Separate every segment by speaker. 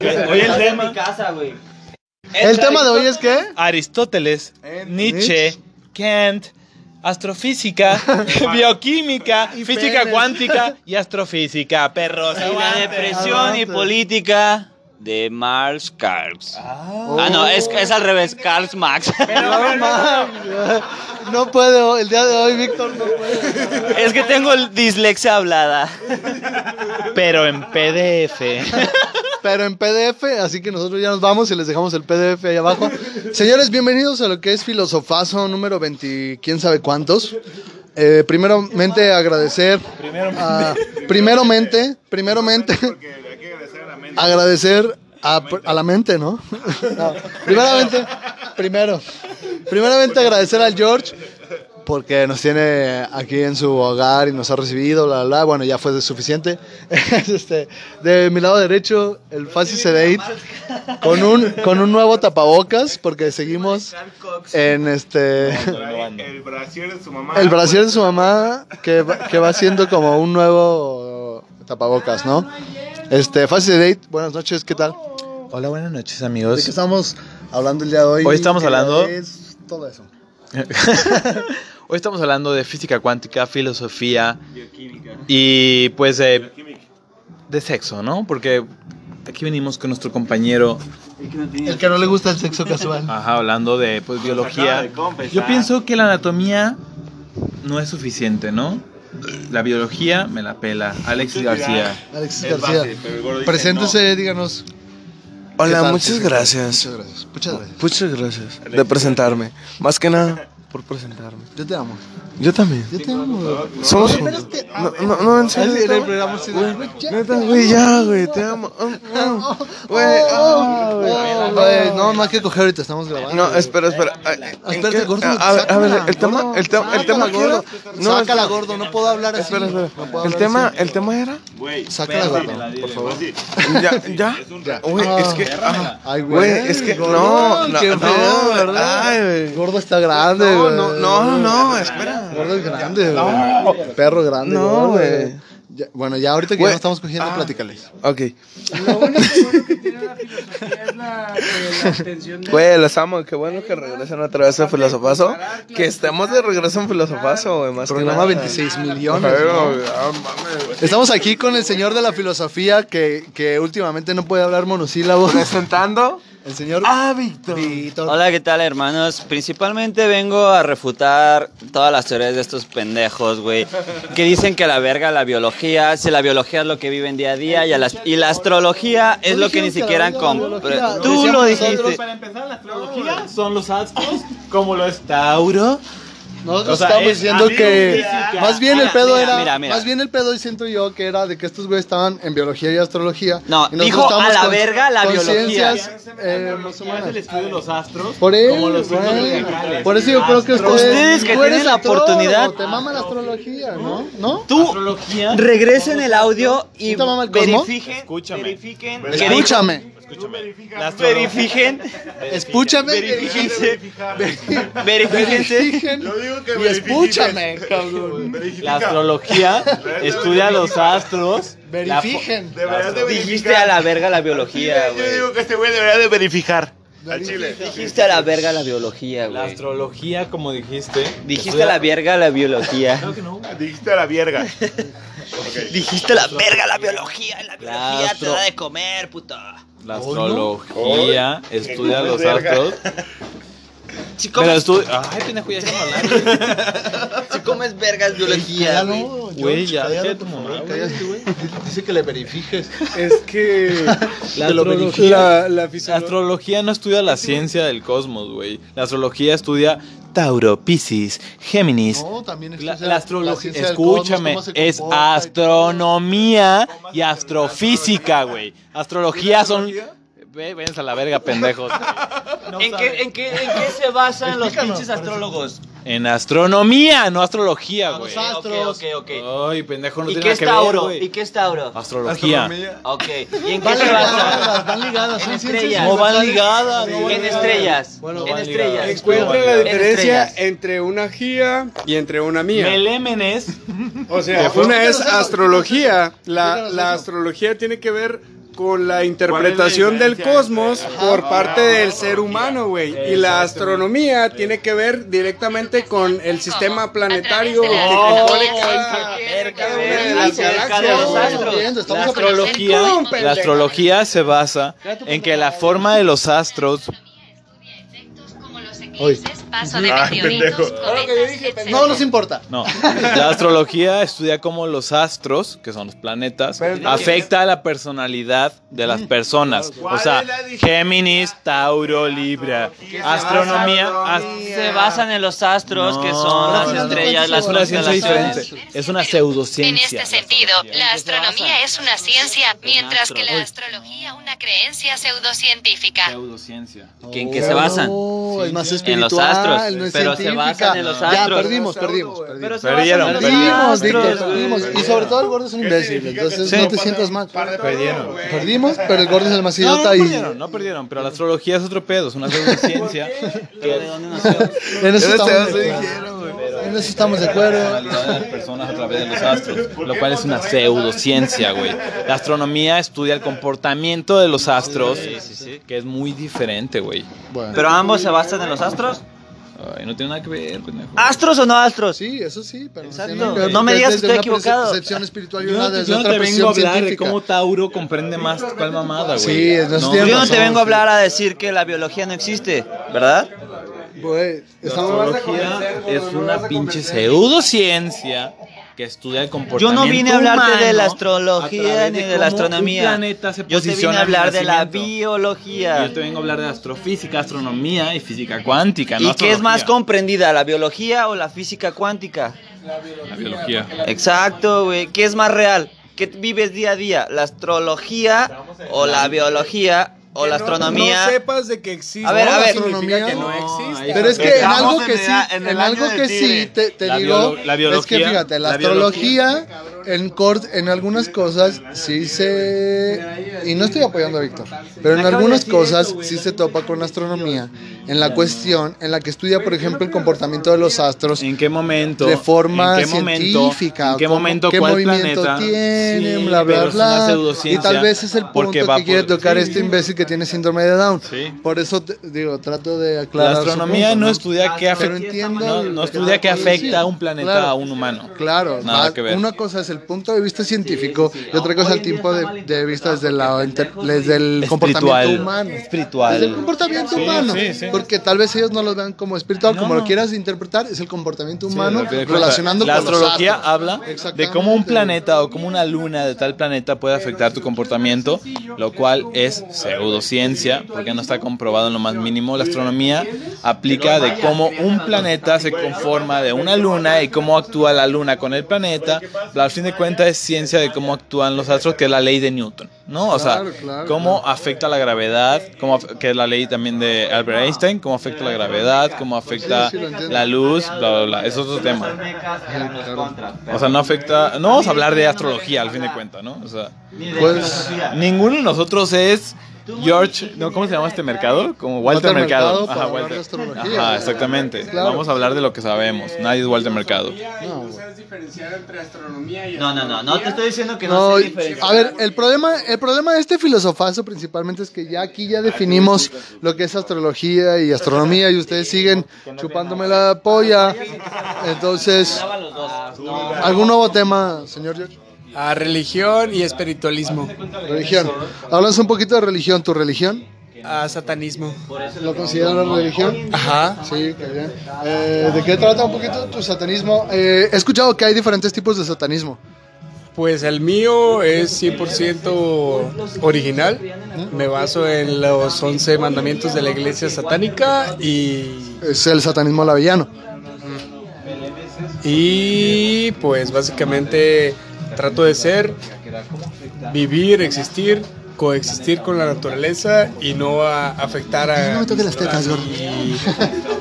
Speaker 1: Hoy el tema.
Speaker 2: Mi casa, güey.
Speaker 3: ¿El tema de hoy es qué?
Speaker 1: Aristóteles,
Speaker 4: Eh,
Speaker 1: Nietzsche, Kant, astrofísica, bioquímica,
Speaker 3: Y
Speaker 1: física
Speaker 3: penes.
Speaker 1: cuántica y astrofísica, perros.
Speaker 2: Y la depresión y
Speaker 3: aguante.
Speaker 2: política de Marx Karls. Ah, no, es, es al revés, Karls Max.
Speaker 3: No, mames. no puedo, el día de hoy, Víctor, no puede.
Speaker 2: es que tengo el dislexia hablada.
Speaker 1: Pero en PDF.
Speaker 3: Pero en PDF, así que nosotros ya nos vamos y les dejamos el PDF ahí abajo. Señores, bienvenidos a lo que es Filosofazo número 20, quién sabe cuántos. Eh, primeramente agradecer. a- primeramente, primeramente,
Speaker 4: Porque hay que agradecer a la mente.
Speaker 3: agradecer a, a la mente, ¿no? No, Primeramente, primero. Primeramente agradecer al George. Porque nos tiene aquí en su hogar y nos ha recibido, la, la, la. bueno, ya fue suficiente. Este, de mi lado derecho, el Fácil Sedate, con un, con un nuevo tapabocas, porque seguimos en este,
Speaker 4: Trae el brasier de su mamá.
Speaker 3: el brasier de su mamá, que, va- que va siendo como un nuevo tapabocas, ¿no? Este, Fácil Sedate, buenas noches, ¿qué tal?
Speaker 1: Hola, buenas noches,
Speaker 3: ¿De qué
Speaker 1: amigos.
Speaker 3: estamos hablando el día de hoy?
Speaker 1: Hoy estamos
Speaker 3: ¿Qué
Speaker 1: hablando-
Speaker 3: es todo eso.
Speaker 1: Hoy estamos hablando de física cuántica, filosofía
Speaker 4: Bioquímica.
Speaker 1: y pues de,
Speaker 4: Bioquímica.
Speaker 1: de sexo, ¿no? Porque aquí venimos con nuestro compañero,
Speaker 3: El que no le gusta el sexo casual.
Speaker 1: ajá, hablando de pues biología. Yo pienso que la anatomía no es suficiente, ¿no? La biología me la pela. Alexis García.
Speaker 3: Alexis
Speaker 4: Es
Speaker 3: García.
Speaker 4: fácil, pero el gordo dice
Speaker 3: Preséntese, díganos. ¿Qué
Speaker 5: Hola,
Speaker 3: tal?
Speaker 5: muchas gracias.
Speaker 3: Muchas gracias. Muchas gracias.
Speaker 5: Muchas gracias de presentarme. Más que nada por presentarme.
Speaker 3: Yo te amo.
Speaker 5: Yo también.
Speaker 3: Yo te amo.
Speaker 5: Somos
Speaker 3: Pero
Speaker 5: juntos.
Speaker 3: este-
Speaker 5: No, no, no, en serio.
Speaker 3: El- el programa sí-
Speaker 5: Güey,
Speaker 3: Güey, ya
Speaker 5: neta,
Speaker 3: te
Speaker 5: güey,
Speaker 3: amo.
Speaker 5: ya, güey, te amo. Ah, ah, Güey, ah,
Speaker 3: Oh,
Speaker 5: güey.
Speaker 3: güey, Oh, No, no hay que coger ahorita, estamos grabando.
Speaker 5: No, espera, espera. Ay, ¿en
Speaker 3: Espérate,
Speaker 5: qué?
Speaker 3: gordo,
Speaker 5: A ver, a ver,
Speaker 3: sácala,
Speaker 5: el tema,
Speaker 3: gordo.
Speaker 5: el tema, el tema,
Speaker 3: Sácala,
Speaker 5: ¿qué era?
Speaker 3: gordo.
Speaker 5: No,
Speaker 3: Sácala, gordo, no puedo hablar así.
Speaker 5: Espera, espera.
Speaker 3: No puedo
Speaker 5: El
Speaker 3: hablar
Speaker 5: tema,
Speaker 3: así.
Speaker 5: el tema era.
Speaker 4: Güey,
Speaker 3: Sácala, gordo.
Speaker 4: por favor.
Speaker 5: Ya, ya. Güey, es que. ah,
Speaker 3: Ay,
Speaker 5: Güey, es que. No, no,
Speaker 3: qué feo,
Speaker 5: no,
Speaker 3: ¿verdad?
Speaker 5: Ay, güey.
Speaker 3: Gordo está grande,
Speaker 5: No,
Speaker 3: güey.
Speaker 5: no, no, no, espera.
Speaker 3: Gordo es grande, güey. Perro grande,
Speaker 5: No,
Speaker 3: gordo,
Speaker 5: güey.
Speaker 3: güey. Ya- Bueno, ya ahorita que ya
Speaker 5: Güey.
Speaker 3: nos estamos cogiendo,
Speaker 5: Ah.
Speaker 3: platícales.
Speaker 5: Ok.
Speaker 6: Lo único bueno que tiene la filosofía es la, eh, la atención de...
Speaker 5: Güey, los amo. Qué bueno que regresen otra vez a Filosofazo. Que estemos de regreso en Filosofazo, güey. Más que
Speaker 3: Programa
Speaker 5: nada.
Speaker 3: 26 millones.
Speaker 5: Pero,
Speaker 3: ¿no?
Speaker 5: güey, ah, mames, güey.
Speaker 3: Estamos aquí con el señor de la filosofía que, que últimamente no puede hablar monosílabos.
Speaker 5: Presentando.
Speaker 3: El señor
Speaker 5: Ah, Víctor.
Speaker 3: Víctor.
Speaker 2: Hola, ¿qué tal, hermanos? Principalmente vengo a refutar todas las teorías de estos pendejos, güey. Que dicen que la verga la biología, si la biología es lo que viven día a día y, a las- y la astrología es
Speaker 3: No
Speaker 2: lo que ni
Speaker 3: dijimos que
Speaker 2: siquiera
Speaker 3: la
Speaker 2: han
Speaker 3: verga la
Speaker 2: comprado.
Speaker 3: biología,
Speaker 2: Tú
Speaker 3: decíamos
Speaker 2: lo
Speaker 3: nosotros,
Speaker 2: dijiste.
Speaker 1: Para empezar, la astrología son los astros, como lo es Tauro.
Speaker 3: Nosotros
Speaker 1: O sea,
Speaker 3: estábamos
Speaker 1: es
Speaker 3: diciendo
Speaker 1: amigo
Speaker 3: que
Speaker 1: física.
Speaker 3: más bien el
Speaker 2: Mira,
Speaker 3: pedo
Speaker 2: mira,
Speaker 3: era
Speaker 2: mira, mira.
Speaker 3: más bien el pedo siento yo que era de que estos güeyes estaban en biología y astrología.
Speaker 2: No,
Speaker 3: y nosotros
Speaker 2: dijo
Speaker 3: estábamos
Speaker 2: a la
Speaker 3: con-
Speaker 2: verga la
Speaker 3: con
Speaker 2: biología.
Speaker 3: ciencias, eh, más
Speaker 1: ¿Cómo es el
Speaker 3: humanas.
Speaker 1: estudio de los astros?
Speaker 3: Por él,
Speaker 1: como los signos
Speaker 3: güey.
Speaker 1: zodiacales.
Speaker 3: Por eso yo creo que ustedes,
Speaker 2: Ustedes que
Speaker 3: tú eres
Speaker 2: tienen la
Speaker 3: astrólogo,
Speaker 2: oportunidad.
Speaker 3: Te mama la astrología, ¿no? ¿No?
Speaker 2: Tú
Speaker 1: Astrología.
Speaker 2: regresen el audio y
Speaker 3: ¿Sí te mama el cosmo?
Speaker 2: verifiquen.
Speaker 1: Escúchame.
Speaker 2: verifiquen que dijo-
Speaker 3: Escúchame.
Speaker 1: La astrología-
Speaker 2: Verifiquen,
Speaker 3: Escúchame.
Speaker 2: Verifíquense.
Speaker 4: Verificar.
Speaker 2: verifíquense.
Speaker 4: Yo digo que
Speaker 3: Y escúchame, cabrón.
Speaker 1: La astrología estudia los astros.
Speaker 3: Verifiquen.
Speaker 4: Deberías de
Speaker 2: Dijiste
Speaker 4: verificar.
Speaker 2: a la verga la biología,
Speaker 4: Yo
Speaker 2: güey.
Speaker 4: digo que este güey debería de verificar. Al chile.
Speaker 2: Dijiste a la verga la biología,
Speaker 1: La
Speaker 2: güey.
Speaker 1: astrología, como dijiste.
Speaker 2: Dijiste a la verga la biología.
Speaker 4: Dijiste a la verga.
Speaker 2: Dijiste a la verga la biología. La biología te
Speaker 1: astro-
Speaker 2: da de comer, puta.
Speaker 1: La astrología estudia los astros.
Speaker 2: Si
Speaker 1: Pero
Speaker 2: comes,
Speaker 1: estudia. Ay, pendejo, ya estamos hablando.
Speaker 2: si comes verga es biología, güey.
Speaker 1: Güey, ya,
Speaker 3: cállate,
Speaker 1: ya tu mamá, güey.
Speaker 3: cállate, güey. Dice que le verifiques.
Speaker 6: Es que
Speaker 1: La
Speaker 6: la, la
Speaker 1: La
Speaker 6: fisiología...
Speaker 1: astrología no estudia la ciencia del cosmos, güey. La astrología estudia Tauro, Piscis, Géminis.
Speaker 3: No, también
Speaker 1: La,
Speaker 3: estudia
Speaker 1: la astrología,
Speaker 3: ciencia del
Speaker 1: escúchame,
Speaker 3: cosmos, cómo se
Speaker 1: es
Speaker 3: comporta y
Speaker 1: astronomía y astrofísica, güey. Astrología son... Ve, vénganse a la verga, pendejos. güey. No
Speaker 2: ¿En
Speaker 1: saben.
Speaker 2: qué, en, qué, ¿En qué se basan los pinches astrólogos?
Speaker 1: En astronomía, no astrología,
Speaker 3: los
Speaker 1: güey.
Speaker 3: astros.
Speaker 2: Ok, ok, ok.
Speaker 1: Ay, pendejo, no
Speaker 2: ¿Y
Speaker 1: tiene
Speaker 2: qué
Speaker 1: nada
Speaker 2: es
Speaker 1: que ver,
Speaker 2: Tauro?
Speaker 1: güey.
Speaker 2: ¿Y qué es Tauro?
Speaker 1: Astrología.
Speaker 2: Ok. ¿Y en qué
Speaker 3: Van
Speaker 2: se
Speaker 3: ligadas,
Speaker 2: basan?
Speaker 3: van ligadas, son
Speaker 2: En
Speaker 3: ciencias.
Speaker 2: estrellas.
Speaker 1: No van ligadas. no van
Speaker 2: En
Speaker 1: ligadas.
Speaker 2: estrellas.
Speaker 1: Bueno,
Speaker 2: en
Speaker 1: van
Speaker 2: estrellas.
Speaker 1: ligadas.
Speaker 6: Encuentra la
Speaker 2: En
Speaker 6: diferencia
Speaker 2: estrellas.
Speaker 6: entre una GIA y entre una mía.
Speaker 1: Melémenes.
Speaker 6: O sea,
Speaker 3: fue-
Speaker 6: una es
Speaker 3: Explícanos eso,
Speaker 6: astrología. La,
Speaker 3: explícanos
Speaker 6: la
Speaker 3: eso.
Speaker 6: astrología tiene que ver
Speaker 7: con la interpretación del cosmos por parte del ser humano, güey. Y la astronomía tiene que ver directamente con el sistema planetario que
Speaker 2: Oh,
Speaker 7: compone cada- cada una de las galaxias. güey.
Speaker 1: La astrología,
Speaker 7: ¡Pum, pendejo!
Speaker 1: la astrología se basa en que la forma de los astros
Speaker 3: Hoy. No nos importa.
Speaker 1: No, la astrología estudia cómo los astros, que son los planetas, afecta a la personalidad de las personas. O sea, Géminis, Tauro, Libra. Astronomía as-
Speaker 2: Se basan en los astros, que
Speaker 1: No,
Speaker 2: son las
Speaker 1: no, no,
Speaker 2: estrellas, las
Speaker 1: es una ciencia
Speaker 2: constelaciones.
Speaker 1: diferente. Es una pseudociencia.
Speaker 8: En este sentido, la astronomía es una ciencia, mientras que la astrología una creencia pseudocientífica.
Speaker 1: Pseudociencia.
Speaker 2: ¿Que ¿En qué se basan?
Speaker 3: No, es más espiritual.
Speaker 2: En los astros,
Speaker 3: no es
Speaker 2: pero se
Speaker 3: científica.
Speaker 2: basan en los
Speaker 3: Ya,
Speaker 2: astros.
Speaker 3: perdimos, perdimos, perdimos.
Speaker 2: Pero se
Speaker 1: Perdieron,
Speaker 2: basan en los
Speaker 1: perdieron.
Speaker 3: Perdimos,
Speaker 2: astros,
Speaker 3: Víctor,
Speaker 2: güey.
Speaker 3: perdimos. Y sobre todo el gordo es un imbécil, entonces no te sientas mal.
Speaker 1: Perdieron.
Speaker 3: Perdimos, pero el gordo es el más
Speaker 1: No, no
Speaker 3: idiota y...
Speaker 1: perdieron, no perdieron, pero la astrología es otro pedo, es una pseudociencia.
Speaker 2: Pero ¿de dónde nació?
Speaker 3: En eso
Speaker 5: Yo no
Speaker 3: estamos
Speaker 5: sé, yo
Speaker 3: de
Speaker 5: sí
Speaker 3: acuerdo.
Speaker 5: quiero, güey.
Speaker 3: En eso estamos de acuerdo.
Speaker 1: personalidad de las personas a través de los astros, lo cual es una pseudociencia, güey. La astronomía estudia el comportamiento de los astros, que es muy diferente, güey.
Speaker 3: Bueno.
Speaker 2: Pero ambos se basan en los astros.
Speaker 1: Ay, no tiene nada que ver, pendejo.
Speaker 2: ¿Astros o no astros?
Speaker 3: Sí, eso sí, pero
Speaker 2: Exacto.
Speaker 3: tiene que ver
Speaker 2: No me
Speaker 3: porque
Speaker 2: digas
Speaker 3: es
Speaker 2: que
Speaker 3: de
Speaker 2: estoy
Speaker 3: una
Speaker 2: equivocado.
Speaker 3: percepción espiritual y
Speaker 1: Yo
Speaker 3: una
Speaker 1: no, te,
Speaker 3: de
Speaker 1: yo no
Speaker 3: otra
Speaker 1: te vengo a
Speaker 3: percepción
Speaker 1: hablar de
Speaker 3: científica.
Speaker 1: cómo Tauro comprende más cuál mamada, güey.
Speaker 3: Sí, en eso
Speaker 1: No,
Speaker 3: tienes
Speaker 2: Yo no te
Speaker 3: razón.
Speaker 2: vengo a hablar a decir que la biología no existe, ¿verdad?
Speaker 3: Güey,
Speaker 1: La
Speaker 3: estamos
Speaker 1: astrología es una pinche pseudociencia que estudia el
Speaker 2: Yo
Speaker 1: comportamiento
Speaker 2: no vine a hablarte de la
Speaker 1: humano a
Speaker 2: astrología
Speaker 1: través
Speaker 2: ni
Speaker 1: de
Speaker 2: de la
Speaker 1: cómo un
Speaker 2: astronomía.
Speaker 1: planeta se
Speaker 2: Yo te vine
Speaker 1: posiciona
Speaker 2: a
Speaker 1: en el
Speaker 2: hablar de la
Speaker 1: nacimiento.
Speaker 2: biología.
Speaker 1: Yo te vengo a hablar de astrofísica, astronomía y física cuántica. no
Speaker 2: ¿Y qué es más
Speaker 1: astrología.
Speaker 2: comprendida, la biología o la física cuántica?
Speaker 1: La biología.
Speaker 2: Exacto, güey. ¿Qué es más real? ¿Qué vives día a día? ¿La astrología o la biología o la
Speaker 7: No-
Speaker 2: astronomía?
Speaker 7: No sepas de que existe.
Speaker 2: A ver, a ver.
Speaker 7: Significa que no
Speaker 1: No,
Speaker 7: existe.
Speaker 1: ahí
Speaker 3: Pero es que en
Speaker 4: Estamos
Speaker 3: algo que
Speaker 4: en
Speaker 3: sí,
Speaker 4: la- en
Speaker 3: en,
Speaker 4: el
Speaker 3: algo
Speaker 4: año
Speaker 3: que
Speaker 4: del
Speaker 3: sí
Speaker 4: tigre.
Speaker 3: te, te
Speaker 1: La
Speaker 3: digo,
Speaker 1: biolo- la
Speaker 3: es que
Speaker 1: biología,
Speaker 3: fíjate, la,
Speaker 1: la
Speaker 3: astrología en cort, en algunas cosas sí se y no estoy apoyando a Víctor, pero en
Speaker 6: Acabo de
Speaker 3: algunas
Speaker 6: decir eso,
Speaker 3: cosas
Speaker 6: güey,
Speaker 3: sí
Speaker 6: no
Speaker 3: se topa con la astronomía en la cuestión en la que estudia, por ejemplo, el comportamiento de los astros
Speaker 1: ¿En qué momento?
Speaker 3: de forma
Speaker 1: ¿En qué momento?
Speaker 3: científica.
Speaker 1: ¿En qué
Speaker 3: cómo-
Speaker 1: momento?
Speaker 3: ¿Qué
Speaker 1: ¿Cuál
Speaker 3: movimiento
Speaker 1: planeta?
Speaker 3: tiene?
Speaker 1: Sí,
Speaker 3: bla, bla,
Speaker 1: pero es una
Speaker 3: bla. Y
Speaker 1: pseudociencia
Speaker 3: tal vez es el punto
Speaker 1: porque
Speaker 3: que
Speaker 1: va
Speaker 3: quiere
Speaker 1: por-
Speaker 3: tocar
Speaker 1: sí.
Speaker 3: este imbécil que tiene síndrome de Down.
Speaker 1: Sí.
Speaker 3: Por eso, te- digo, trato de
Speaker 1: La
Speaker 3: aclarar. su
Speaker 1: astronomía
Speaker 3: punto,
Speaker 1: no estudia qué
Speaker 3: Pero
Speaker 1: afecta.
Speaker 3: entiendo.
Speaker 1: No,
Speaker 3: el-
Speaker 1: no estudia qué afecta a un planeta
Speaker 3: Claro.
Speaker 1: a un humano.
Speaker 3: Claro,
Speaker 1: Nada
Speaker 3: va-
Speaker 1: que ver.
Speaker 3: una cosa es el punto de vista científico y otra cosa el tiempo de, de vista desde, la, inter- desde el comportamiento humano. Desde el
Speaker 1: Espiritual.
Speaker 3: comportamiento
Speaker 1: Sí,
Speaker 3: humano.
Speaker 1: sí, sí.
Speaker 3: Porque tal vez ellos no lo vean como espiritual, como lo
Speaker 1: No.
Speaker 3: quieras interpretar, es el comportamiento
Speaker 1: Sí,
Speaker 3: humano
Speaker 1: al fin de cuentas,
Speaker 3: relacionando
Speaker 1: la
Speaker 3: con los
Speaker 1: astrología
Speaker 3: astros.
Speaker 1: habla de
Speaker 3: Exactamente.
Speaker 1: cómo un planeta o cómo una luna de tal planeta puede afectar tu comportamiento, lo cual es pseudociencia, porque no está comprobado en lo más mínimo. La astronomía aplica de cómo un planeta se conforma de una luna y cómo actúa la luna con el planeta. Pero Al fin de cuentas es ciencia de cómo actúan los astros, que es la ley de Newton, ¿no? O sea,
Speaker 3: Claro, claro,
Speaker 1: cómo afecta la gravedad, cómo af- que es la ley también de Albert Einstein, cómo afecta la gravedad, cómo afecta
Speaker 3: Sí, sí, lo entiendo.
Speaker 1: la luz, bla, bla, bla. Es otro tema. O
Speaker 2: O
Speaker 1: sea, no afecta. No vamos a hablar de astrología al fin de cuentas, ¿no? O sea,
Speaker 3: Pues-
Speaker 1: ninguno de nosotros es George. ¿no? ¿Cómo se llama este mercado? Como Walter,
Speaker 3: Walter
Speaker 1: Mercado.
Speaker 3: Mercado para hablar de astrología.
Speaker 1: Ajá, exactamente.
Speaker 3: Claro.
Speaker 1: Vamos a hablar de lo que sabemos. Nadie es Walter Mercado.
Speaker 3: No,
Speaker 7: No,
Speaker 3: güey.
Speaker 7: sabes diferenciar entre astronomía y
Speaker 2: No, no, no, no te estoy diciendo que no,
Speaker 3: No,
Speaker 2: sé
Speaker 3: y-
Speaker 2: diferenciar.
Speaker 3: a ver, el problema, el problema de este filosofazo principalmente es que ya aquí ya definimos lo que es astrología y astronomía y ustedes siguen chupándome la polla. Entonces, ¿algún nuevo tema, señor George?
Speaker 7: A religión y espiritualismo.
Speaker 3: Religión. Hablas un poquito de religión, tu religión.
Speaker 7: A satanismo.
Speaker 3: ¿Lo consideras religión?
Speaker 7: Ajá.
Speaker 3: Sí, qué bien. Eh, ¿De qué trata un poquito tu satanismo? Eh, he escuchado que hay diferentes tipos de satanismo.
Speaker 7: Pues el mío es 100% original. Me baso en los 11 mandamientos de la iglesia satánica y,
Speaker 3: Es el satanismo lavellano.
Speaker 7: y pues básicamente trato de ser, vivir, existir, coexistir con la naturaleza y no a- afectar
Speaker 3: No
Speaker 7: a,
Speaker 3: me toques las tetas, gordo.
Speaker 7: y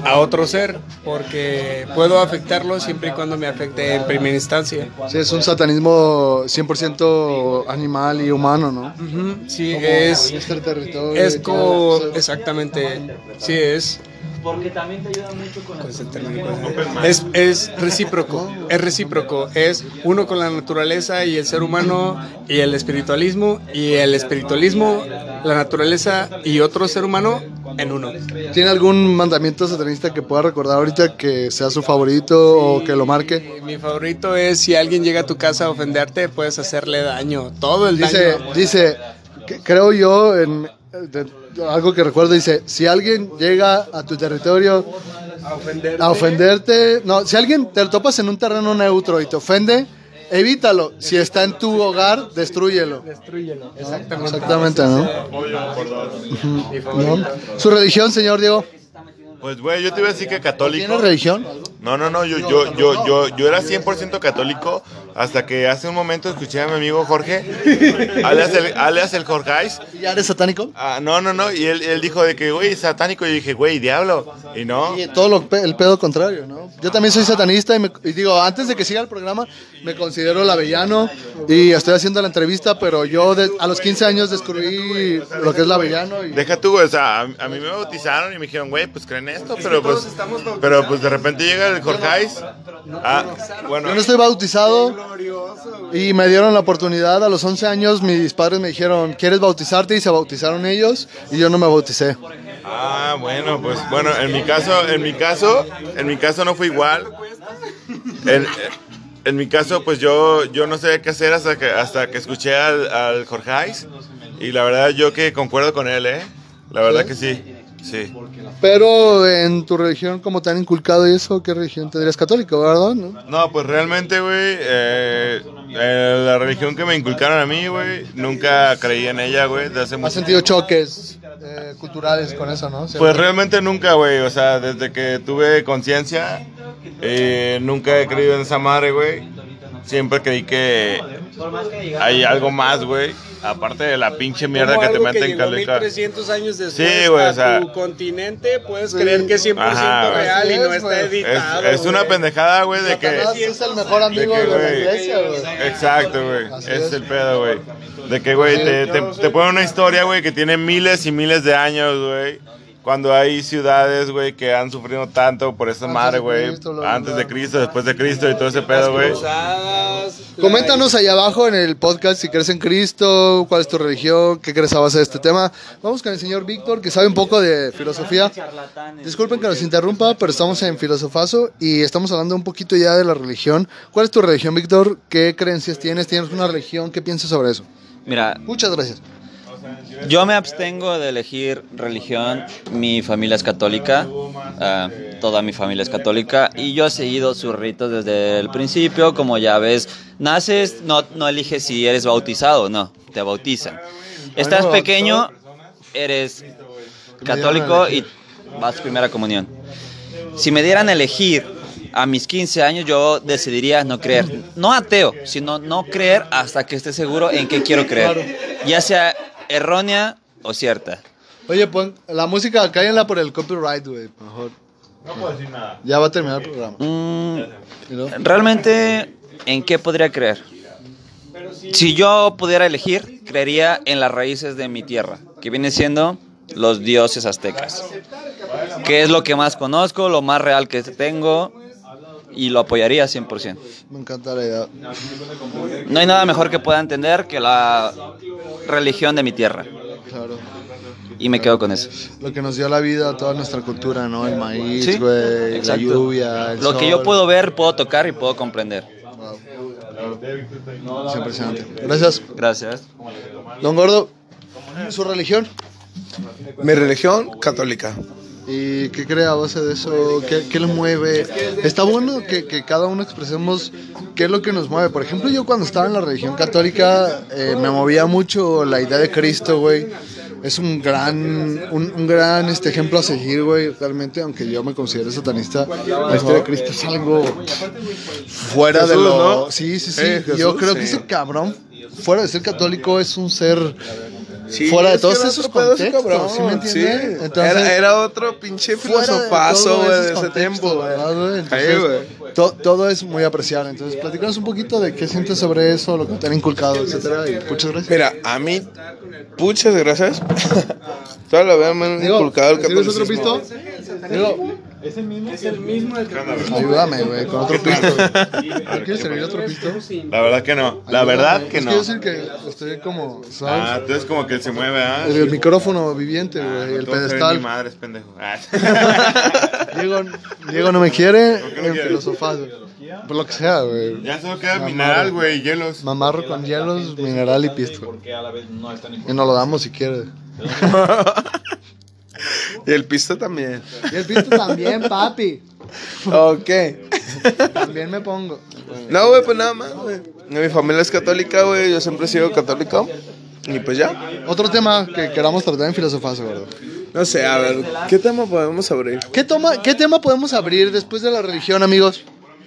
Speaker 7: a otro ser, porque puedo afectarlo siempre y cuando me afecte en primera instancia.
Speaker 3: Sí, es un satanismo 100% animal y humano, ¿no?
Speaker 7: Ujú, Sí,
Speaker 3: Como
Speaker 7: es...
Speaker 3: en este territorio y
Speaker 7: Es
Speaker 3: todo,
Speaker 7: como,
Speaker 3: pues,
Speaker 7: exactamente, sí es.
Speaker 2: Porque también te ayuda mucho con la
Speaker 7: Es, es recíproco, es recíproco, es uno con la naturaleza y el ser humano y el espiritualismo y el espiritualismo, la naturaleza y otro ser humano en uno.
Speaker 3: ¿Tiene algún mandamiento satanista que pueda recordar ahorita que sea su favorito o que lo marque?
Speaker 7: Mi favorito es si alguien llega a tu casa a ofenderte, puedes hacerle daño, todo el
Speaker 3: Dice,
Speaker 7: daño.
Speaker 3: dice, que- creo yo, en de- de- algo que recuerdo, dice, si alguien llega a tu territorio
Speaker 7: A ofenderte.
Speaker 3: a ofenderte, no, si alguien te lo topas en un terreno neutro y te ofende, evítalo. Si está en tu hogar, destrúyelo.
Speaker 7: Destrúyelo.
Speaker 3: Exactamente, ¿no?
Speaker 4: Pollo por dos.
Speaker 3: ¿No? Su religión, señor Diego.
Speaker 4: Pues, güey, yo te iba a decir que
Speaker 3: ¿Tiene
Speaker 4: católico.
Speaker 3: religión?
Speaker 4: No, no, no, yo, yo, yo, yo, yo era 100% católico hasta que hace un momento escuché a mi amigo Jorge, alias el, alias el Jorgeis.
Speaker 3: ¿Ya eres satánico?
Speaker 4: Ah, no, no, no, y él, él dijo de que, güey, satánico. Yo dije, güey, diablo. Y no.
Speaker 3: Y todo lo, pe- el pedo contrario, ¿no? Yo también soy satanista y, me- y digo, antes de que siga el programa, me considero el avellano y estoy haciendo la entrevista, pero yo de- a los 15 años descubrí lo que es el avellano. Y,
Speaker 4: Deja tú, güey, o sea, a, a mí me bautizaron y me dijeron, güey, pues creen esto, pero pues, pero pues de repente llega el Jorgeis. Ah, bueno,
Speaker 3: yo no estoy bautizado y me dieron la oportunidad a los 11 años, mis padres me dijeron, ¿quieres bautizarte? Y se bautizaron ellos y yo no me bauticé.
Speaker 4: ah, bueno, pues, bueno, en mi caso, en mi caso, en mi caso no fue igual. En, en mi caso, pues yo, yo no sabía qué hacer hasta que, hasta que escuché al, al Jorgeis y la verdad yo que concuerdo con él, ¿eh? La verdad que sí, sí.
Speaker 3: Pero en tu religión, como te han inculcado y eso, ¿qué religión tendrías católico, verdad? ¿No?
Speaker 4: No, pues realmente, güey, eh, eh, la religión que me inculcaron a mí, güey, nunca creí en ella, güey, desde hace
Speaker 3: ¿Has
Speaker 4: mucho
Speaker 3: sentido choques eh, culturales con eso, no?
Speaker 4: Pues realmente nunca, güey, o sea, desde que tuve conciencia, eh, nunca he creído en esa madre, güey. Siempre creí que hay algo más, güey, aparte de la pinche mierda que te meten en Caleca.
Speaker 7: 300 años después
Speaker 4: Sí, güey, o
Speaker 7: a
Speaker 4: sea-
Speaker 7: tu continente puedes creer que es 100%
Speaker 4: Ajá, güey.
Speaker 7: real y no
Speaker 3: Así
Speaker 7: está
Speaker 3: es, güey.
Speaker 4: Es,
Speaker 7: editado.
Speaker 4: es una
Speaker 7: güey.
Speaker 4: pendejada, güey, de que...
Speaker 3: Satanás es el mejor amigo de,
Speaker 4: que,
Speaker 3: la
Speaker 4: güey,
Speaker 3: iglesia, güey.
Speaker 4: Exacto, güey.
Speaker 3: Así
Speaker 4: Ese
Speaker 3: es.
Speaker 4: es el pedo, güey. De que, güey, te, te, te ponen una historia, güey, que tiene miles y miles de años, güey. Cuando hay ciudades, güey, que han sufrido tanto por esa
Speaker 3: Antes
Speaker 4: madre,
Speaker 3: de
Speaker 4: güey.
Speaker 3: Cristo, la
Speaker 4: Antes de
Speaker 3: verdad.
Speaker 4: Cristo, después de Cristo y todo ese pedo, güey.
Speaker 7: Cruzadas, la-
Speaker 3: Coméntanos ahí abajo en el podcast si crees en Cristo, cuál es tu religión, qué crees a base de este tema. Vamos con el señor Víctor, que sabe un poco de filosofía. Disculpen que nos interrumpa, pero estamos en Filosofazo y estamos hablando un poquito ya de la religión. ¿Cuál es tu religión, Víctor? ¿Qué creencias tienes? ¿Tienes una religión? ¿Qué piensas sobre eso?
Speaker 2: Mira,
Speaker 3: Muchas gracias.
Speaker 2: Yo me abstengo de elegir religión. Mi familia es católica. ah, toda mi familia es católica. Y yo he seguido sus ritos desde el principio. Como ya ves, naces, no, no eliges si eres bautizado o no. Te bautizan. Estás
Speaker 3: Bueno,
Speaker 2: pequeño, eres católico y vas a primera comunión. Si me dieran a elegir a mis 15 años, yo decidiría no creer. No ateo, sino no creer hasta que esté seguro en qué quiero creer. Ya sea errónea o cierta.
Speaker 3: Oye, pon la música, cállenla por el copyright, güey, mejor.
Speaker 4: No puedo decir nada.
Speaker 3: Ya va a terminar el programa.
Speaker 2: Mm,
Speaker 3: ¿Y luego?
Speaker 2: Realmente, ¿en qué podría creer? Si yo pudiera elegir, creería en las raíces de mi tierra, que viene siendo los dioses aztecas. Que es lo que más conozco, lo más real que tengo y lo apoyaría 100%.
Speaker 3: Me encanta la idea.
Speaker 2: No hay nada mejor que pueda entender que la religión de mi tierra.
Speaker 3: Claro.
Speaker 2: Y me quedo con eso.
Speaker 3: Lo que nos dio la vida, toda nuestra cultura, ¿no? El
Speaker 2: Sí,
Speaker 3: maíz, güey, Eh, la
Speaker 2: exacto.
Speaker 3: lluvia, el
Speaker 2: Lo que
Speaker 3: sol.
Speaker 2: yo puedo ver, puedo tocar y puedo comprender.
Speaker 3: Wow. Es impresionante. Gracias.
Speaker 2: Gracias.
Speaker 3: Don Gordo, su religión.
Speaker 5: Mi religión católica.
Speaker 3: ¿Y qué cree a base de eso? ¿Qué, qué le mueve? Está bueno que, que cada uno expresemos qué es lo que nos mueve. Por ejemplo, yo cuando estaba en la religión católica eh, me movía mucho la idea de Cristo, güey. Es un gran, un, un gran este, ejemplo a seguir, güey. Realmente, aunque yo me considero satanista, la historia de Cristo es algo fuera de
Speaker 5: Jesús,
Speaker 3: lo...
Speaker 5: ¿no?
Speaker 3: Sí, sí, sí.
Speaker 5: Eh,
Speaker 3: yo
Speaker 5: Jesús,
Speaker 3: creo que
Speaker 5: sí.
Speaker 3: ese cabrón, fuera de ser católico, es un ser...
Speaker 5: Sí,
Speaker 3: fuera de
Speaker 5: es que
Speaker 3: todos
Speaker 5: era
Speaker 3: esos
Speaker 5: otro pedo ese
Speaker 3: contextos,
Speaker 5: cabrón,
Speaker 3: ¿sí me entiendes?
Speaker 5: sí.
Speaker 3: Entonces-
Speaker 5: era, era otro pinche filosofazo,
Speaker 3: todo
Speaker 5: güey,
Speaker 3: esos
Speaker 5: de ese
Speaker 3: contextos,
Speaker 5: tiempo, güey.
Speaker 3: ¿verdad, güey?
Speaker 5: Sí, güey.
Speaker 3: Entonces, to- todo es muy apreciable. Entonces, platícanos un poquito de qué sientes sobre eso, lo que te han inculcado, etcétera. Y muchas gracias.
Speaker 5: Mira, a mí, muchas gracias. Toda la vida me han
Speaker 3: Digo,
Speaker 5: inculcado el
Speaker 3: ¿recibes otro
Speaker 5: catolicismo.
Speaker 3: pisto? Digo,
Speaker 1: ¿Es el mismo?
Speaker 7: Es el mismo el que
Speaker 3: ayúdame, güey, con otro pisto. ¿No quieres servir otro pisto?
Speaker 7: Sí.
Speaker 4: La verdad que no. La
Speaker 3: Ayúdame.
Speaker 4: verdad que
Speaker 3: Es
Speaker 4: no.
Speaker 3: Yo soy el que estoy como,
Speaker 4: Ah,
Speaker 3: ¿sabes?
Speaker 4: entonces como que se mueve, ¿ah?
Speaker 3: El, el micrófono viviente,
Speaker 4: Ah,
Speaker 3: güey,
Speaker 4: no
Speaker 3: el
Speaker 4: te vas a ver Ni
Speaker 3: pedestal.
Speaker 4: madre, es pendejo. Ah.
Speaker 3: Diego, Diego no me quiere
Speaker 4: ¿Por qué no
Speaker 3: en
Speaker 4: quieres?
Speaker 3: filosofía, güey. Por lo que sea, güey.
Speaker 4: ya solo queda
Speaker 3: Mamá.
Speaker 4: mineral, güey, y hielos.
Speaker 3: Mamarro con hielos, mineral y pisto.
Speaker 1: Porque a la vez no es tan
Speaker 3: Y nos lo damos si quiere.
Speaker 5: Y el pisto también.
Speaker 3: Y el pisto también, papi.
Speaker 5: Ok.
Speaker 3: También me pongo.
Speaker 5: No, güey, pues nada más, güey. Mi familia es católica, güey. Yo siempre he sido católico. Y pues ya.
Speaker 3: Otro tema que queramos tratar en filosofazo, güey.
Speaker 5: No sé, a ver, ¿qué tema podemos abrir?
Speaker 3: ¿Qué, toma, ¿Qué tema podemos abrir después de la religión, amigos?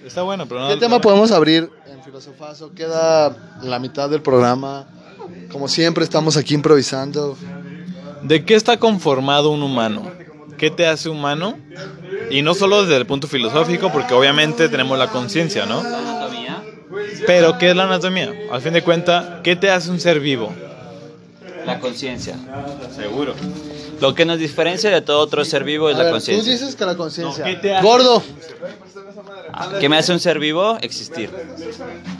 Speaker 1: Está bueno, pero no.
Speaker 3: ¿Qué tema podemos abrir en Filosofazo? Queda la mitad del programa. Como siempre, estamos aquí improvisando.
Speaker 1: ¿De qué está conformado un humano? ¿Qué te hace humano? Y no solo desde el punto filosófico, porque obviamente tenemos la conciencia, ¿no? Pero, ¿qué es la anatomía? Al fin de cuentas, ¿qué te hace un ser vivo?
Speaker 2: La conciencia.
Speaker 1: Seguro.
Speaker 2: Lo que nos diferencia de todo otro ser vivo es
Speaker 3: A
Speaker 2: Pues la
Speaker 3: ver, tú
Speaker 2: conciencia.
Speaker 3: dices que la conciencia.
Speaker 1: No, ¿qué te hace?
Speaker 3: Gordo,
Speaker 2: Ah, ¿Qué me hace un ser vivo? Existir.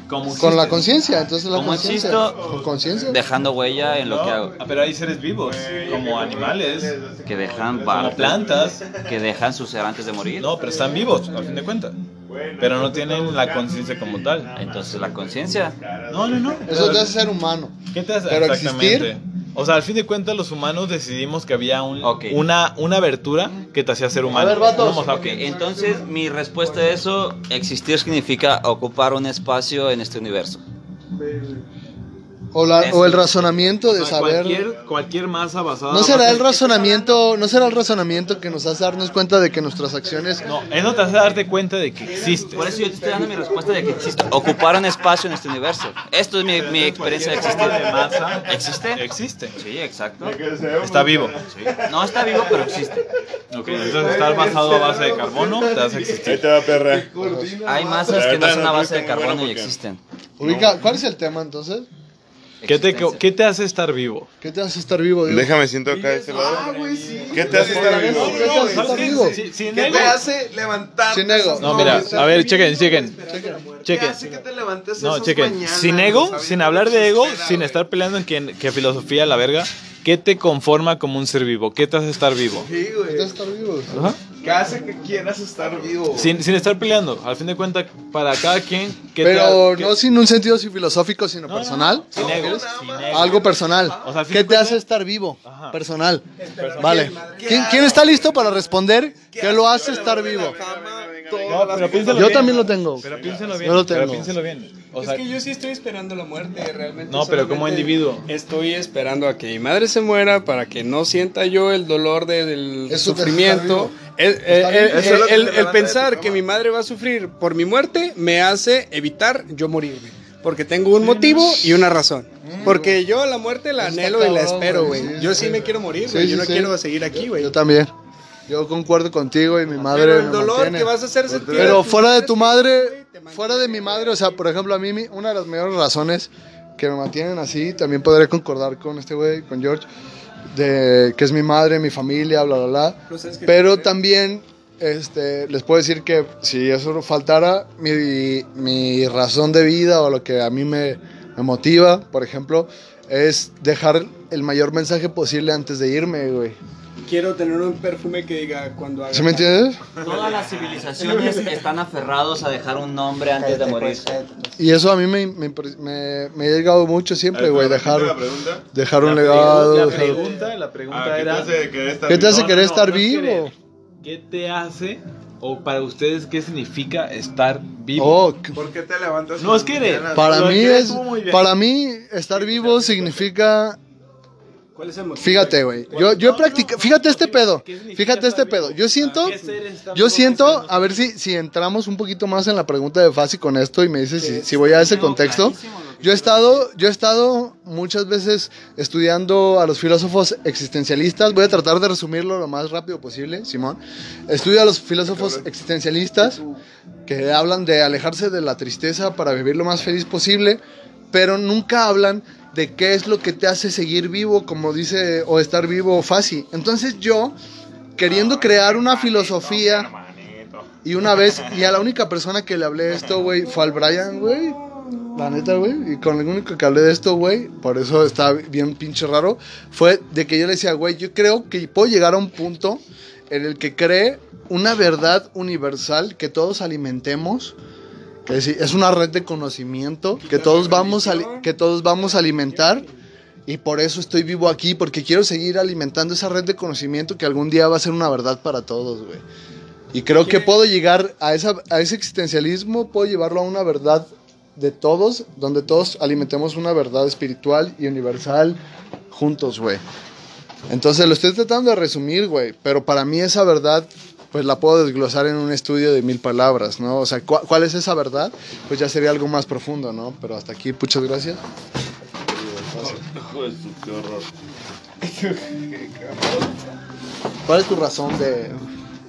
Speaker 1: Como
Speaker 3: con la conciencia. Entonces la
Speaker 2: ¿Cómo
Speaker 3: conciencia.
Speaker 2: existo?
Speaker 3: ¿Con conciencia?
Speaker 2: Dejando huella en lo que hago.
Speaker 1: ah, Pero hay seres vivos, como animales,
Speaker 2: Que dejan
Speaker 1: como plantas.
Speaker 2: Que dejan su ser antes de morir.
Speaker 1: No, pero están vivos, al fin de cuentas. Pero no tienen la conciencia como tal.
Speaker 2: Entonces la conciencia.
Speaker 1: No, no, no.
Speaker 3: Eso te hace ser humano.
Speaker 1: ¿Qué te hace?
Speaker 3: Pero
Speaker 1: Exactamente.
Speaker 3: existir.
Speaker 1: O sea, al fin de cuentas, los humanos decidimos que había un,
Speaker 2: Ok.
Speaker 1: una, una abertura que te hacía ser humano.
Speaker 3: ver, vatos.
Speaker 1: Vamos a-
Speaker 2: Ok, entonces mi respuesta a eso, existir significa ocupar un espacio en este universo.
Speaker 3: O, la-
Speaker 2: Eso.
Speaker 3: o el razonamiento de
Speaker 1: O sea,
Speaker 3: saber.
Speaker 1: Cualquier, cualquier masa basada.
Speaker 3: No será el razonamiento, no será el razonamiento que nos hace darnos cuenta de que nuestras acciones
Speaker 1: No, eso te hace darte cuenta de que existe.
Speaker 2: Por eso yo te estoy dando mi respuesta de que existe. Ocupar un espacio en este universo. Esto es mi, mi experiencia de existir.
Speaker 1: de masa
Speaker 2: ¿Existe?
Speaker 1: existe.
Speaker 2: Sí, exacto.
Speaker 1: Está vivo.
Speaker 2: No está vivo, pero existe.
Speaker 1: Ok, entonces estar basado a base de carbono te hace
Speaker 4: Ahí
Speaker 1: existir.
Speaker 4: te va, perra.
Speaker 2: Hay masas que no son a base de carbono y existen.
Speaker 3: ubica. ¿Cuál es el tema entonces?
Speaker 1: ¿Qué te,
Speaker 2: Existencia.
Speaker 1: ¿Qué te hace estar vivo?
Speaker 3: ¿Qué te hace estar vivo? Diego?
Speaker 4: Déjame siento acá de este lado. ¿Qué te hace estar vivo?
Speaker 3: ¿Qué te hace estar vivo?
Speaker 1: Sin- sin
Speaker 5: ¿Qué
Speaker 1: ego.
Speaker 5: te hace levantar?
Speaker 3: Sin ego.
Speaker 1: No, mira, a ver, chequen, chequen.
Speaker 5: ¿Qué
Speaker 1: Chequen.
Speaker 5: hace que te levantes
Speaker 1: No,
Speaker 5: esas
Speaker 1: chequen.
Speaker 5: mañanas,
Speaker 1: Sin ego,
Speaker 5: sabiendo
Speaker 1: sin
Speaker 5: que
Speaker 1: hablar de ego,
Speaker 5: espera,
Speaker 1: sin
Speaker 5: güey?
Speaker 1: estar peleando en quién, qué filosofía la verga. ¿Qué te conforma como un ser vivo? ¿Qué te hace estar vivo?
Speaker 5: Sí,
Speaker 3: ¿Qué te hace
Speaker 5: güey.
Speaker 3: estar vivo?
Speaker 5: ¿Qué hace que quieras estar vivo? güey?
Speaker 1: Sin, sin estar peleando. Al fin de cuentas, para cada quien. ¿qué te
Speaker 3: Pero
Speaker 1: ha- qué-
Speaker 3: no sin un sentido así filosófico, sino
Speaker 1: No, no,
Speaker 3: personal.
Speaker 1: sin ego, sin ego.
Speaker 3: Algo personal.
Speaker 1: O sea, al fin
Speaker 3: ¿Qué
Speaker 1: de
Speaker 3: te
Speaker 1: cuentas-
Speaker 3: hace estar vivo?
Speaker 1: Ajá.
Speaker 3: Personal. Vale. ¿Quién, quién está listo para responder qué lo hace estar vivo?
Speaker 1: No, pero piénsalo
Speaker 3: Yo
Speaker 1: bien.
Speaker 3: también lo tengo.
Speaker 1: Pero piénsalo bien.
Speaker 3: Yo lo
Speaker 1: Pero
Speaker 3: tengo.
Speaker 1: piénsalo bien. O sea,
Speaker 7: es que yo sí estoy esperando la muerte, realmente.
Speaker 1: No, pero como
Speaker 7: solamente
Speaker 1: individuo.
Speaker 7: Estoy esperando a que mi madre se muera para que no sienta yo el dolor de- del
Speaker 3: Eso te
Speaker 7: sufrimiento. El,
Speaker 3: Está
Speaker 7: el-
Speaker 3: bien.
Speaker 7: el-
Speaker 5: Eso es lo que
Speaker 7: el-
Speaker 5: te
Speaker 7: el
Speaker 5: levanta de tu
Speaker 7: pensar
Speaker 5: cama.
Speaker 7: que mi madre va a sufrir por mi muerte me hace evitar yo morirme. Porque tengo un motivo y una razón. Porque yo la muerte la
Speaker 3: Está
Speaker 7: anhelo y la
Speaker 3: cabrón,
Speaker 7: espero,
Speaker 3: güey.
Speaker 7: güey.
Speaker 3: Sí,
Speaker 7: Yo
Speaker 3: sí,
Speaker 7: sí
Speaker 3: sí.
Speaker 7: me quiero morir,
Speaker 3: Sí,
Speaker 7: güey.
Speaker 3: sí,
Speaker 7: Yo no
Speaker 3: sí.
Speaker 7: quiero seguir aquí, güey.
Speaker 3: Yo también. Yo concuerdo contigo y mi madre.
Speaker 7: Pero el
Speaker 3: me
Speaker 7: dolor
Speaker 3: mantiene.
Speaker 7: que vas a hacer sentir.
Speaker 3: Pero fuera de tu madre,
Speaker 7: güey, te mantiene,
Speaker 3: fuera de mi madre, o sea, por ejemplo, a mí mi- una de las mayores razones que me mantienen así, también podré concordar con este güey, con George, de que es mi madre, mi familia, bla, bla, bla.
Speaker 7: Pues es que-
Speaker 3: Pero también este, les puedo decir que si eso faltara, mi, mi razón de vida o lo que a mí me, me motiva, por ejemplo, es dejar el mayor mensaje posible antes de irme, güey.
Speaker 7: Quiero tener un perfume que diga cuando haga.
Speaker 3: ¿Sí me entiendes?
Speaker 2: Todas las civilizaciones están aferrados a dejar un nombre antes de morir.
Speaker 3: Y eso a mí me, me, impre- me- me ha llegado mucho siempre, güey, dejar...
Speaker 4: ¿La pregunta?
Speaker 3: Dejar un
Speaker 1: la
Speaker 3: legado.
Speaker 1: pregu- La
Speaker 3: dejar-
Speaker 1: pregunta, la
Speaker 4: Ah,
Speaker 1: pregunta
Speaker 4: ¿Qué te
Speaker 1: era.
Speaker 4: hace querer estar
Speaker 3: ¿Qué te
Speaker 4: vivo?
Speaker 3: hace querer estar
Speaker 1: no es
Speaker 3: vivo?
Speaker 1: querer. ¿Qué te hace o para ustedes qué significa estar vivo?
Speaker 3: Oh, c-
Speaker 5: ¿Por qué te levantas?
Speaker 1: No, es que eres-
Speaker 3: para
Speaker 1: Lo
Speaker 3: mí
Speaker 1: que
Speaker 3: es,
Speaker 1: estuvo muy bien.
Speaker 3: para mí estar vivo significa,
Speaker 7: ¿Cuál es el motivo?
Speaker 3: fíjate, güey. Yo, yo he practicado, fíjate este pedo, fíjate este pedo. Yo siento, yo siento, a ver si, si entramos un poquito más en la pregunta de Fasi con esto y me dices si, si voy a ese contexto. Yo he estado, yo he estado muchas veces estudiando a los filósofos existencialistas. Voy a tratar de resumirlo lo más rápido posible, Simón. Estudio a los filósofos existencialistas que hablan de alejarse de la tristeza para vivir lo más feliz posible, pero nunca hablan de qué es lo que te hace seguir vivo, como dice, o estar vivo fácil. Entonces yo queriendo crear una filosofía. Y una vez, y a la única persona que le hablé de esto, güey, fue al Brian, güey. La neta, güey. Y con el único que hablé de esto, güey, por eso está bien pinche raro, fue de que yo le decía, güey, yo creo que puedo llegar a un punto en el que cree una verdad universal que todos alimentemos. Que es, es una red de conocimiento que todos, vamos a, ali- que todos vamos a alimentar. Y por eso estoy vivo aquí, porque quiero seguir alimentando esa red de conocimiento que algún día va a ser una verdad para todos, güey. Y creo que puedo llegar a, esa, a ese existencialismo, puedo llevarlo a una verdad de todos, donde todos alimentemos una verdad espiritual y universal juntos, güey. Entonces lo estoy tratando de resumir, güey, pero para mí esa verdad, pues la puedo desglosar en un estudio de mil palabras, ¿no? O sea, ¿cu- ¿cuál es esa verdad? Pues ya sería algo más profundo, ¿no? Pero hasta aquí, muchas gracias. ¿Cuál es tu razón de...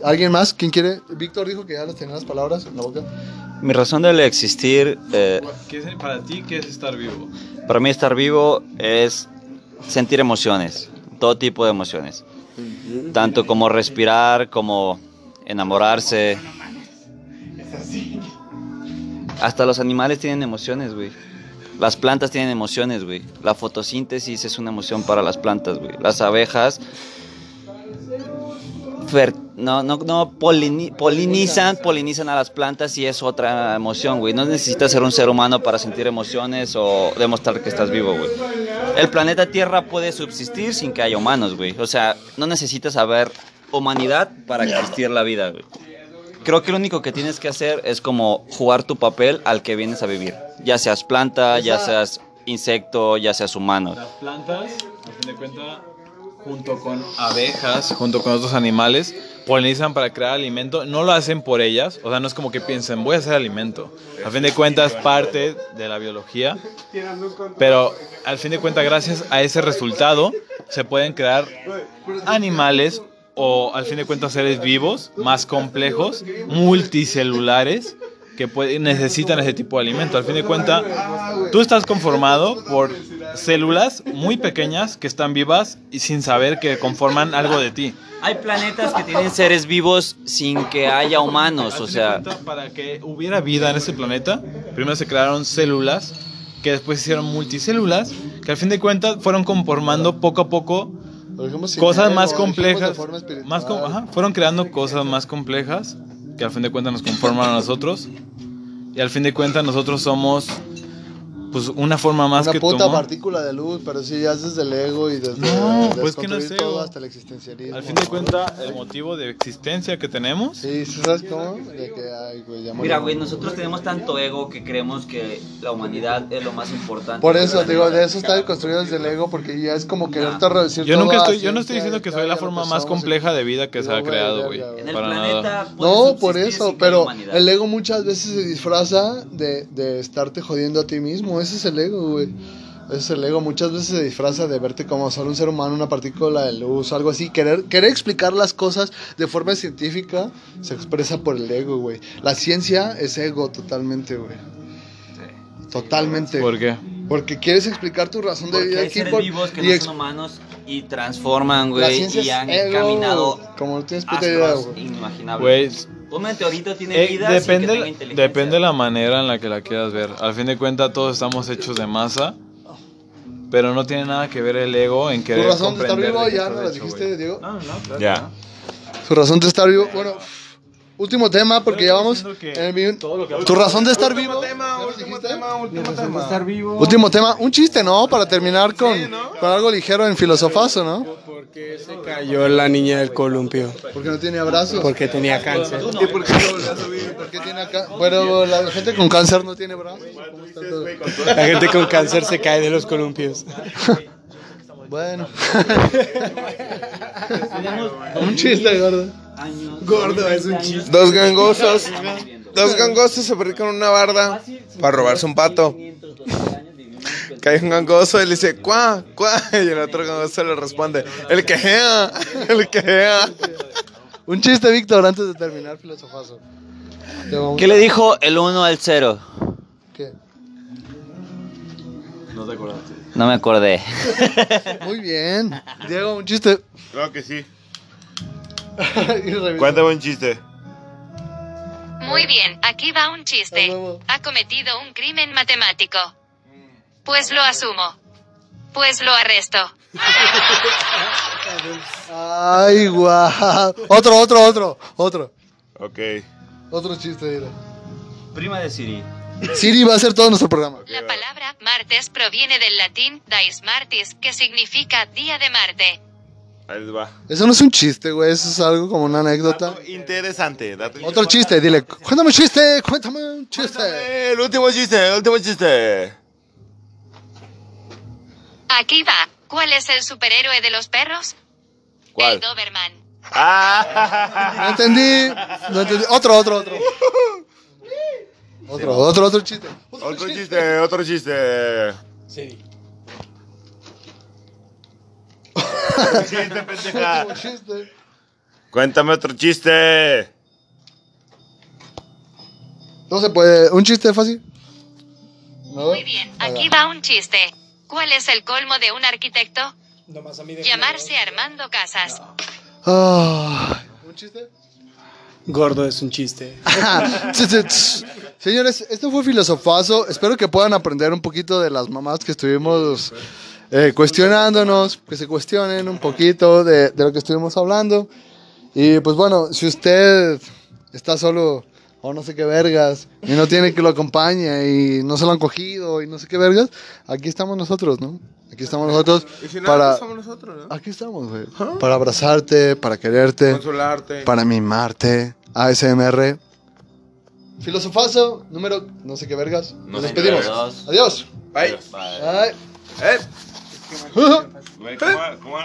Speaker 3: ¿Alguien más? ¿Quién quiere? Víctor dijo que ya las tenía las palabras en la boca.
Speaker 2: Mi razón de existir, eh,
Speaker 1: ¿Qué es, para ti, ¿qué es estar vivo?
Speaker 2: para mí estar vivo es sentir emociones, todo tipo de emociones. Tanto como respirar, como enamorarse. Hasta los animales tienen emociones, güey. Las plantas tienen emociones, güey. La fotosíntesis es una emoción para las plantas, güey. Las abejas fer- no, no, no polini- polinizan, polinizan a las plantas y es otra emoción, güey. No necesitas ser un ser humano para sentir emociones o demostrar que estás vivo, güey. El planeta Tierra puede subsistir sin que haya humanos, güey. O sea, no necesitas haber humanidad para existir la vida, güey. Creo que lo único que tienes que hacer es como jugar tu papel al que vienes a vivir. Ya seas planta, ya seas insecto, ya seas humano.
Speaker 1: Las plantas, a fin de cuentas, junto con abejas, junto con otros animales, polinizan para crear alimento. No lo hacen por ellas, o sea, no es como que piensen, voy a hacer alimento. A fin de cuentas, es parte de la biología. Pero al fin de cuentas, gracias a ese resultado, se pueden crear animales o al fin de cuentas seres vivos más complejos, multicelulares, que puede- necesitan ese tipo de alimento. Al fin de cuentas, tú estás conformado por células muy pequeñas que están vivas y sin saber que conforman algo de ti.
Speaker 2: Hay planetas que tienen seres vivos sin que haya humanos, o
Speaker 1: Al fin de
Speaker 2: sea,
Speaker 1: cuentas, para que hubiera vida en este planeta, primero se crearon células, que después se hicieron multicélulas, que al fin de cuentas fueron conformando poco a poco
Speaker 3: Lo dijimos sin
Speaker 1: cosas
Speaker 3: ego,
Speaker 1: más
Speaker 3: lo dijimos de
Speaker 1: complejas.
Speaker 3: forma espiritual.
Speaker 1: Más com- ajá, fueron creando cosas más complejas que al fin de cuentas nos conforman a nosotros. Y al fin de cuentas nosotros somos pues una forma más
Speaker 3: Una
Speaker 1: que
Speaker 3: puta
Speaker 1: tomó.
Speaker 3: partícula de luz, pero sí, ya es desde el ego y desde
Speaker 1: No,
Speaker 3: desde
Speaker 1: pues que no es
Speaker 3: desconstruir todo
Speaker 1: ego.
Speaker 3: hasta el existencialismo.
Speaker 1: Al fin de cuentas el motivo de existencia que tenemos
Speaker 3: Sí, ¿sí ¿sabes cómo? De que, ay, güey,
Speaker 2: Mira,
Speaker 3: ya morimos.
Speaker 2: güey, nosotros tenemos tanto ego que creemos que la humanidad es lo más importante.
Speaker 3: Por eso, digo, de eso está construido desde el ego, porque ya es como quererte reducir
Speaker 1: yo
Speaker 3: todo
Speaker 1: nunca
Speaker 3: a
Speaker 1: estoy yo no
Speaker 3: ciencia,
Speaker 1: estoy diciendo que
Speaker 3: ya,
Speaker 1: soy la
Speaker 3: ya lo
Speaker 1: forma
Speaker 3: que
Speaker 1: más
Speaker 3: somos,
Speaker 1: compleja de vida que se
Speaker 3: No,
Speaker 1: ha
Speaker 3: güey,
Speaker 1: creado,
Speaker 3: verga,
Speaker 1: güey.
Speaker 3: güey.
Speaker 2: En el
Speaker 1: Para nada.
Speaker 2: planeta.
Speaker 3: No,
Speaker 2: puede
Speaker 3: por
Speaker 2: subsistir
Speaker 3: eso,
Speaker 2: sin que haya
Speaker 3: pero
Speaker 2: humanidad.
Speaker 3: el ego muchas veces se disfraza de, de estarte jodiendo a ti mismo. Ese es el ego, güey. Ese es el ego. Muchas veces se disfraza de verte como solo un ser humano, una partícula de luz, algo así. Querer, querer explicar las cosas de forma científica se expresa por el ego, güey. La ciencia es ego totalmente, güey. Totalmente.
Speaker 1: ¿Por qué?
Speaker 3: Porque quieres explicar tu razón de
Speaker 2: Porque
Speaker 3: vida
Speaker 2: hay
Speaker 3: aquí
Speaker 2: seres
Speaker 3: por-
Speaker 2: vivos que
Speaker 3: y
Speaker 2: no
Speaker 3: ex-
Speaker 2: son humanos y transforman,
Speaker 3: la
Speaker 2: güey,
Speaker 3: ciencia
Speaker 2: y
Speaker 3: es
Speaker 2: han
Speaker 3: ego,
Speaker 2: caminado
Speaker 3: como no tienes puta idea,
Speaker 2: astros
Speaker 3: güey.
Speaker 1: Güey,
Speaker 2: inimaginables. Un meteorito tiene
Speaker 1: eh,
Speaker 2: vida sin que
Speaker 1: depende
Speaker 2: tenga inteligencia.
Speaker 1: depende la manera en la que la quieras ver. Al fin de cuentas todos estamos hechos de masa. Pero no tiene nada que ver el ego en
Speaker 3: Tu
Speaker 1: querer
Speaker 3: razón de estar
Speaker 1: comprender
Speaker 3: vivo
Speaker 1: de qué
Speaker 3: ya
Speaker 1: estás
Speaker 3: no la
Speaker 1: hecho,
Speaker 3: dijiste,
Speaker 1: güey.
Speaker 3: Diego.
Speaker 4: Ya.
Speaker 3: Tu razón de estar vivo. Bueno, último tema porque ya vamos. en el min- Tu razón de estar vivo.
Speaker 5: tema, último tema, último tema.
Speaker 6: Estar vivo.
Speaker 3: Último tema. Un chiste, ¿no? Para terminar con, con algo ligero en filosofazo, ¿no?
Speaker 7: Porque se cayó la niña del columpio.
Speaker 3: Porque no tiene abrazos.
Speaker 7: Porque tenía cáncer.
Speaker 3: Porque tiene acá. Pero la gente con cáncer no tiene brazos. ¿Cómo está todo?
Speaker 7: La gente con cáncer se cae de los columpios.
Speaker 3: Bueno. Un chiste, gordo.
Speaker 7: Gordo, es un chiste.
Speaker 5: Dos gangosos. Dos gangosos se perdieron una barda para robarse un pato. Cae un gangoso y le dice, cuá, cuá. Y el otro gangoso le responde, el quejea, el quejea.
Speaker 3: Un chiste, Víctor, antes de terminar filosofazo. Te vamos-
Speaker 2: ¿Qué le dijo el 1 al 0?
Speaker 3: ¿Qué?
Speaker 2: No me acordé.
Speaker 3: Muy bien. Diego, un chiste.
Speaker 4: Claro que sí.
Speaker 3: Y revisó.
Speaker 4: Cuéntame un chiste.
Speaker 8: Muy bien, aquí va un chiste. Ha cometido un crimen matemático. Pues lo asumo. Pues lo arresto.
Speaker 3: Ay, guau. Otro, otro, otro, otro.
Speaker 4: Ok.
Speaker 3: Otro chiste, dile.
Speaker 2: Prima de Siri.
Speaker 3: Siri va a hacer todo nuestro programa.
Speaker 8: La palabra martes proviene del latín dies martis, que significa día de Marte.
Speaker 4: Ahí les va.
Speaker 3: Eso no es un chiste, güey. Eso es algo como una anécdota.
Speaker 4: Interesante. dato
Speaker 3: Otro chiste, dile. Cuéntame un chiste, cuéntame un chiste.
Speaker 4: interesante. El último chiste, el último chiste.
Speaker 8: Aquí va. ¿Cuál es el superhéroe de los perros?
Speaker 4: ¿Cuál?
Speaker 8: El Doberman.
Speaker 3: No
Speaker 4: Ah,
Speaker 3: entendí. No entendí. Otro, otro, otro. Otro, otro, otro chiste.
Speaker 4: otro chiste, otro chiste. Sí. Chiste, pendeja.
Speaker 3: Otro chiste.
Speaker 4: Cuéntame otro chiste.
Speaker 3: No se puede. ¿Un chiste fácil? No.
Speaker 8: Muy bien, aquí va un chiste. ¿Cuál es el colmo de un arquitecto? Llamarse Armando Casas.
Speaker 3: Ay. ¿Un chiste?
Speaker 7: Gordo es un chiste.
Speaker 3: Tss, tss, tss. Señores, esto fue Filosofazo. Espero que puedan aprender un poquito de las mamás que estuvimos eh, cuestionándonos, que se cuestionen un poquito de, de lo que estuvimos hablando. Y pues bueno, si usted está solo o no sé qué vergas, y no tiene que lo acompañe, y no se lo han cogido, y no sé qué vergas, aquí estamos nosotros, ¿no? Aquí estamos nosotros
Speaker 5: Y si no,
Speaker 3: para...
Speaker 5: pues somos nosotros,
Speaker 1: Ah,
Speaker 5: ¿no?
Speaker 3: Aquí estamos, güey. Para abrazarte, para quererte.
Speaker 5: Consolarte.
Speaker 3: Para mimarte, ASMR. Filosofazo, número no sé qué vergas. Nos despedimos.
Speaker 2: vergas.
Speaker 3: Adiós.
Speaker 5: Bye.
Speaker 3: Bye.
Speaker 5: Eh.
Speaker 4: Güey, ¿cómo- cómo